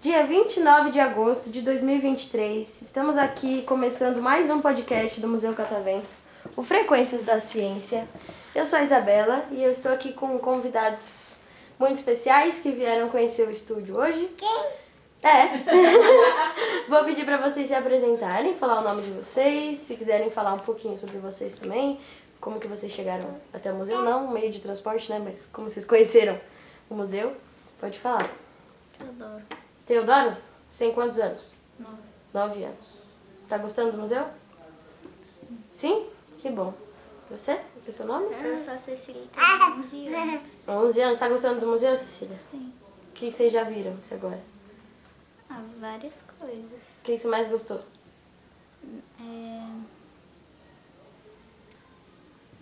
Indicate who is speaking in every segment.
Speaker 1: Dia 29 de agosto de 2023, estamos aqui começando mais um podcast do Museu Catavento, o Frequências da Ciência. Eu sou a Isabela e eu estou aqui com convidados muito especiais que vieram conhecer o estúdio hoje. Quem? É. Vou pedir para vocês se apresentarem, falar o nome de vocês, se quiserem falar um pouquinho sobre vocês também, como que vocês chegaram até o museu, não um meio de transporte, né, mas como vocês conheceram o museu, pode falar.
Speaker 2: Adoro.
Speaker 1: Teodoro, você tem quantos anos?
Speaker 2: Nove.
Speaker 1: Nove anos. Tá gostando do museu? Sim. Que bom. Você? O que é seu nome?
Speaker 2: Eu sou a Cecília, tenho 11 anos.
Speaker 1: 11 anos. Tá gostando do museu, Cecília?
Speaker 2: Sim.
Speaker 1: O que, que vocês já viram até agora?
Speaker 2: Há várias coisas.
Speaker 1: O que, que você mais gostou?
Speaker 2: É...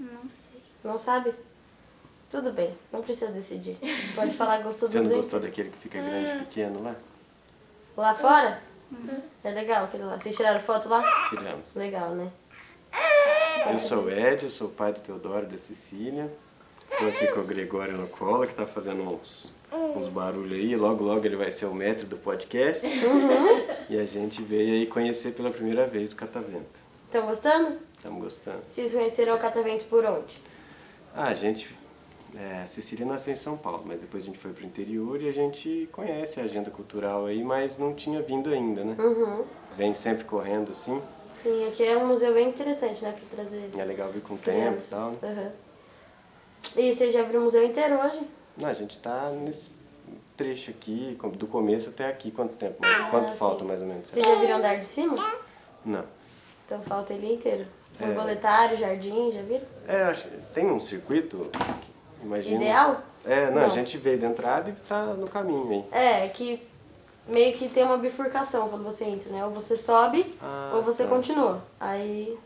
Speaker 2: Não sei.
Speaker 1: Não sabe? Tudo bem, não precisa decidir. Pode falar que gostou do
Speaker 3: Você não
Speaker 1: museu.
Speaker 3: gostou daquele que fica grande e pequeno lá?
Speaker 1: Lá fora? É legal aquele lá. Vocês tiraram foto lá?
Speaker 3: Tiramos.
Speaker 1: Legal, né?
Speaker 3: Eu sou o Ed, eu sou o pai do Teodoro e da Cecília. Estou aqui com o Gregório no colo, que está fazendo uns, uns barulhos aí. Logo, logo ele vai ser o mestre do podcast. E a gente veio aí conhecer pela primeira vez o Catavento.
Speaker 1: Estão gostando?
Speaker 3: Estamos gostando.
Speaker 1: Vocês conheceram o Catavento por onde?
Speaker 3: Ah, a gente... É, a Cecília nasceu em São Paulo, mas depois a gente foi pro interior e a gente conhece a agenda cultural aí, mas não tinha vindo ainda, né?
Speaker 1: Uhum.
Speaker 3: Vem sempre correndo assim.
Speaker 1: Sim, aqui é um museu bem interessante, né? Pra trazer.
Speaker 3: É legal vir com o
Speaker 1: as
Speaker 3: tempo e
Speaker 1: crianças.
Speaker 3: tal. né?
Speaker 1: Aham. E você já viu o museu inteiro hoje?
Speaker 3: Não, a gente tá nesse trecho aqui, com- do começo até aqui, quanto tempo? mais-
Speaker 1: Ah,
Speaker 3: quanto falta mais ou menos?
Speaker 1: Vocês já viram o andar de cima?
Speaker 3: Não.
Speaker 1: Então falta ele inteiro. Borboletário, jardim, já viram?
Speaker 3: É, acho que tem um circuito, imagina.
Speaker 1: Ideal?
Speaker 3: É, não,
Speaker 1: Não.
Speaker 3: a gente veio da entrada e tá no caminho aí.
Speaker 1: É, que meio que tem uma bifurcação quando você entra, né? Ou você sobe
Speaker 3: Ah,
Speaker 1: ou você
Speaker 3: tá.
Speaker 1: continua. Aí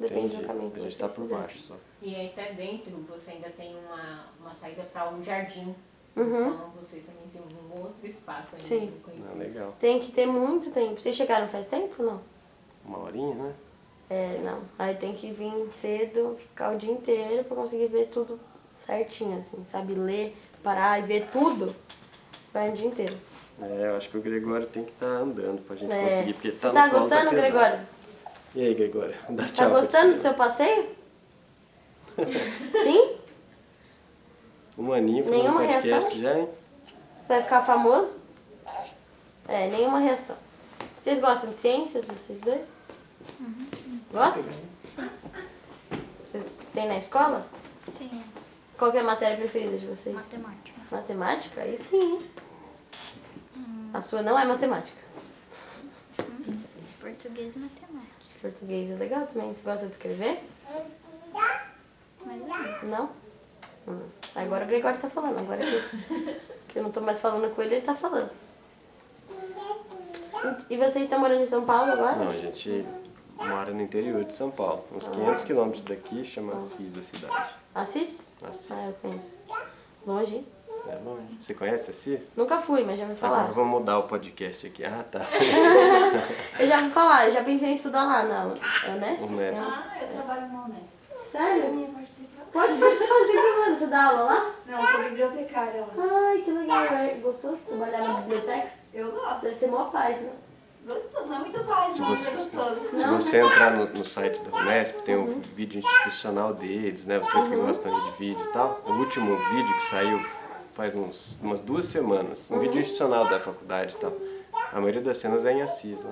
Speaker 1: depende
Speaker 3: Entendi.
Speaker 1: do caminho que
Speaker 3: A gente
Speaker 1: vocês
Speaker 3: tá por
Speaker 1: fizerem.
Speaker 3: baixo só.
Speaker 4: E aí até dentro você ainda tem uma, uma saída para um jardim. Então você também tem um outro espaço aí
Speaker 1: Sim.
Speaker 4: pra um conhecer.
Speaker 3: Não, legal.
Speaker 1: Tem que ter muito tempo. Vocês chegaram faz tempo não?
Speaker 3: Uma horinha, né?
Speaker 1: É, não. Aí tem que vir cedo, ficar o dia inteiro pra conseguir ver tudo certinho, assim, sabe? Ler, parar e ver tudo. Vai o dia inteiro.
Speaker 3: É, eu acho que o Gregório tem que estar andando pra gente
Speaker 1: É.
Speaker 3: conseguir, porque
Speaker 1: Você
Speaker 3: tá
Speaker 1: tá
Speaker 3: no colo,
Speaker 1: gostando,
Speaker 3: pesado.
Speaker 1: Gregório?
Speaker 3: E aí, Gregório? Dá tchau.
Speaker 1: Tá
Speaker 3: pra
Speaker 1: gostando do
Speaker 3: ti.
Speaker 1: seu passeio? Sim?
Speaker 3: Um aninho fazendo
Speaker 1: Nenhuma
Speaker 3: podcast
Speaker 1: reação?
Speaker 3: já, hein?
Speaker 1: Vai ficar famoso? É, nenhuma reação. Vocês gostam de ciências, vocês dois? Gostam? Vocês têm na escola?
Speaker 2: Sim,
Speaker 1: Qual que é a matéria preferida de vocês?
Speaker 2: matemática.
Speaker 1: Matemática? Aí sim. A sua não é matemática.
Speaker 2: Não sei. Português e matemática.
Speaker 1: Português é legal também. Você gosta de escrever?
Speaker 2: Mas é.
Speaker 1: Não? Hum. Agora o Gregório tá falando. Agora que que eu não tô mais falando com ele, ele tá falando. E e vocês estão morando em São Paulo agora?
Speaker 3: Não, a gente mora no interior de São Paulo, uns 500 quilômetros daqui, chama Assis a cidade.
Speaker 1: Assis?
Speaker 3: Assis.
Speaker 1: Ah, eu conheço. Longe, hein?
Speaker 3: É longe. Você conhece Assis?
Speaker 1: Nunca fui, mas já me
Speaker 3: Agora
Speaker 1: falaram.
Speaker 3: vamos mudar o podcast aqui. Ah, tá.
Speaker 1: Eu já me falaram, eu já pensei em estudar lá na é Unesp.
Speaker 3: Unesp.
Speaker 5: Ah, eu trabalho na Unesp.
Speaker 1: Sério? Pode participar, não tem problema. Você dá aula lá?
Speaker 5: Não, eu sou bibliotecária lá.
Speaker 1: Ai, que legal. É gostoso trabalhar na biblioteca?
Speaker 5: Eu gosto.
Speaker 1: Deve ser mó paz, né?
Speaker 5: Gostoso, não é muito paz, mas é gostoso.
Speaker 3: Se você entrar no, no site da Unesp, tem um vídeo institucional deles, né? Vocês que gostam de vídeo e tal. O último vídeo que saiu faz uns, umas duas semanas, um vídeo institucional da faculdade e tal. A maioria das cenas é em Assis, né?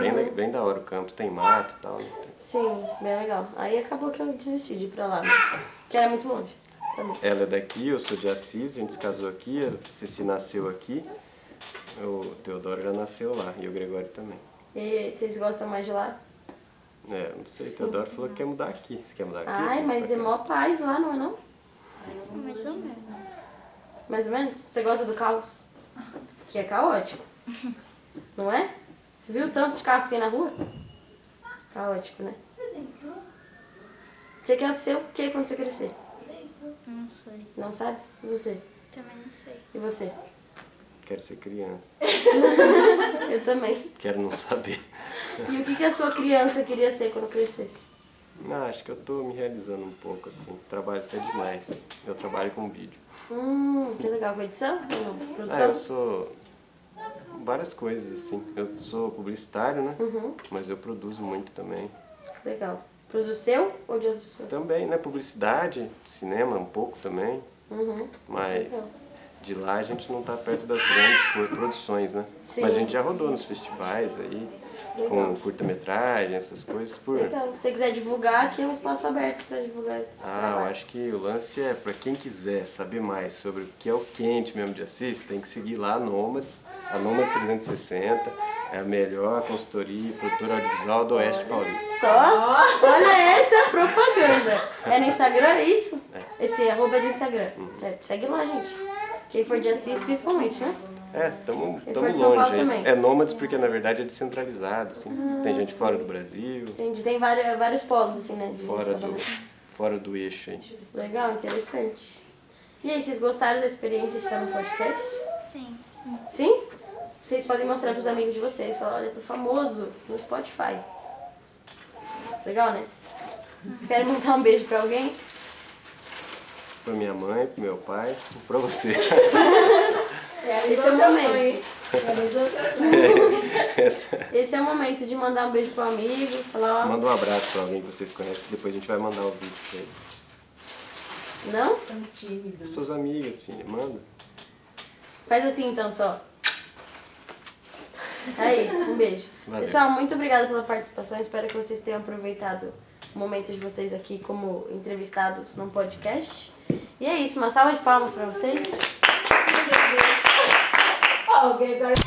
Speaker 3: Bem, le- bem da hora o campus, tem mato e tal. né?
Speaker 1: Sim, bem legal. Aí acabou que eu desisti de ir pra lá, mas... que era muito longe. Tá bom.
Speaker 3: Ela é daqui, eu sou de Assis, a gente se casou aqui, a Ceci nasceu aqui, o Teodoro já nasceu lá e o Gregório também.
Speaker 1: E vocês gostam mais de lá?
Speaker 3: É, não sei, o Teodoro falou que quer mudar aqui. Você quer mudar aqui?
Speaker 1: Ai, mas é mó paz lá, não é não?
Speaker 2: Mais ou menos.
Speaker 1: Mais ou menos? Você gosta do caos? Que é caótico. Não é? Você viu o tanto de carro que tem na rua? Caótico, né? Você quer ser o que quando você crescer?
Speaker 2: Não sei.
Speaker 1: Não sabe? E você?
Speaker 2: Também não sei.
Speaker 1: E você?
Speaker 3: Quero ser criança.
Speaker 1: Eu também.
Speaker 3: Quero não saber.
Speaker 1: E o que, que a sua criança queria ser quando crescesse?
Speaker 3: Ah, acho que eu tô me realizando um pouco, assim. Trabalho até demais. Eu trabalho com vídeo.
Speaker 1: Hum, que legal. Com edição? Com
Speaker 3: Ah, eu
Speaker 1: produção?
Speaker 3: sou várias coisas, assim. Eu sou publicitário, né?
Speaker 1: Uhum.
Speaker 3: Mas eu produzo muito também. É.
Speaker 1: Legal. Produz seu ou de outras pessoas?
Speaker 3: Também, né? Publicidade, cinema um pouco também.
Speaker 1: Uhum.
Speaker 3: Mas de lá a gente não tá perto das grandes co- produções, né?
Speaker 1: Sim.
Speaker 3: Mas a gente já rodou nos festivais aí,
Speaker 1: Legal.
Speaker 3: com curta-metragem, essas coisas, por.
Speaker 1: Legal. Se você quiser divulgar, aqui é um espaço aberto para divulgar.
Speaker 3: Ah, eu acho que o lance é, pra quem quiser saber mais sobre o que é o quente mesmo de Assis, tem que seguir lá a Nômades, a Nômades 360, é a melhor consultoria e produtora audiovisual do Oeste Paulista.
Speaker 1: Só? Olha essa propaganda. É no Instagram, é isso? Esse arroba é do Instagram.
Speaker 3: Uhum.
Speaker 1: Certo. Segue lá, gente. Quem for de Assis, principalmente, né?
Speaker 3: É, tamo,
Speaker 1: E
Speaker 3: tamo
Speaker 1: Fora de São
Speaker 3: longe
Speaker 1: Paulo também. Ah,
Speaker 3: aí. É Nômades porque na verdade é descentralizado, assim. tem gente fora do Brasil,
Speaker 1: Entendi. Tem vários, vários polos, assim, né? de
Speaker 3: fora do,
Speaker 1: relacionamento.
Speaker 3: fora do eixo aí.
Speaker 1: Legal, interessante. E aí, vocês gostaram da experiência de estar no podcast?
Speaker 2: Sim.
Speaker 1: Sim? Vocês podem mostrar pros amigos de vocês. Falar, olha, eu tô famoso no Spotify. Legal, né? Vocês querem mandar um beijo pra alguém?
Speaker 3: Pra minha mãe, pro meu pai, pra você.
Speaker 1: Esse é o momento.
Speaker 3: Essa-
Speaker 1: Esse é o momento de mandar um beijo pro amigo, falar, ó,
Speaker 3: Manda um abraço pra alguém que vocês conhecem, que depois a gente vai mandar o vídeo pra eles.
Speaker 1: não?
Speaker 4: Tão tímido.
Speaker 3: Suas amigas, filha, manda.
Speaker 1: Faz assim então só. Aí, um beijo.
Speaker 3: Valeu.
Speaker 1: Pessoal, muito obrigada pela participação. Espero que vocês tenham aproveitado o momento de vocês aqui como entrevistados num podcast. E é isso, uma salva de palmas pra vocês.
Speaker 5: Ó, o Gregório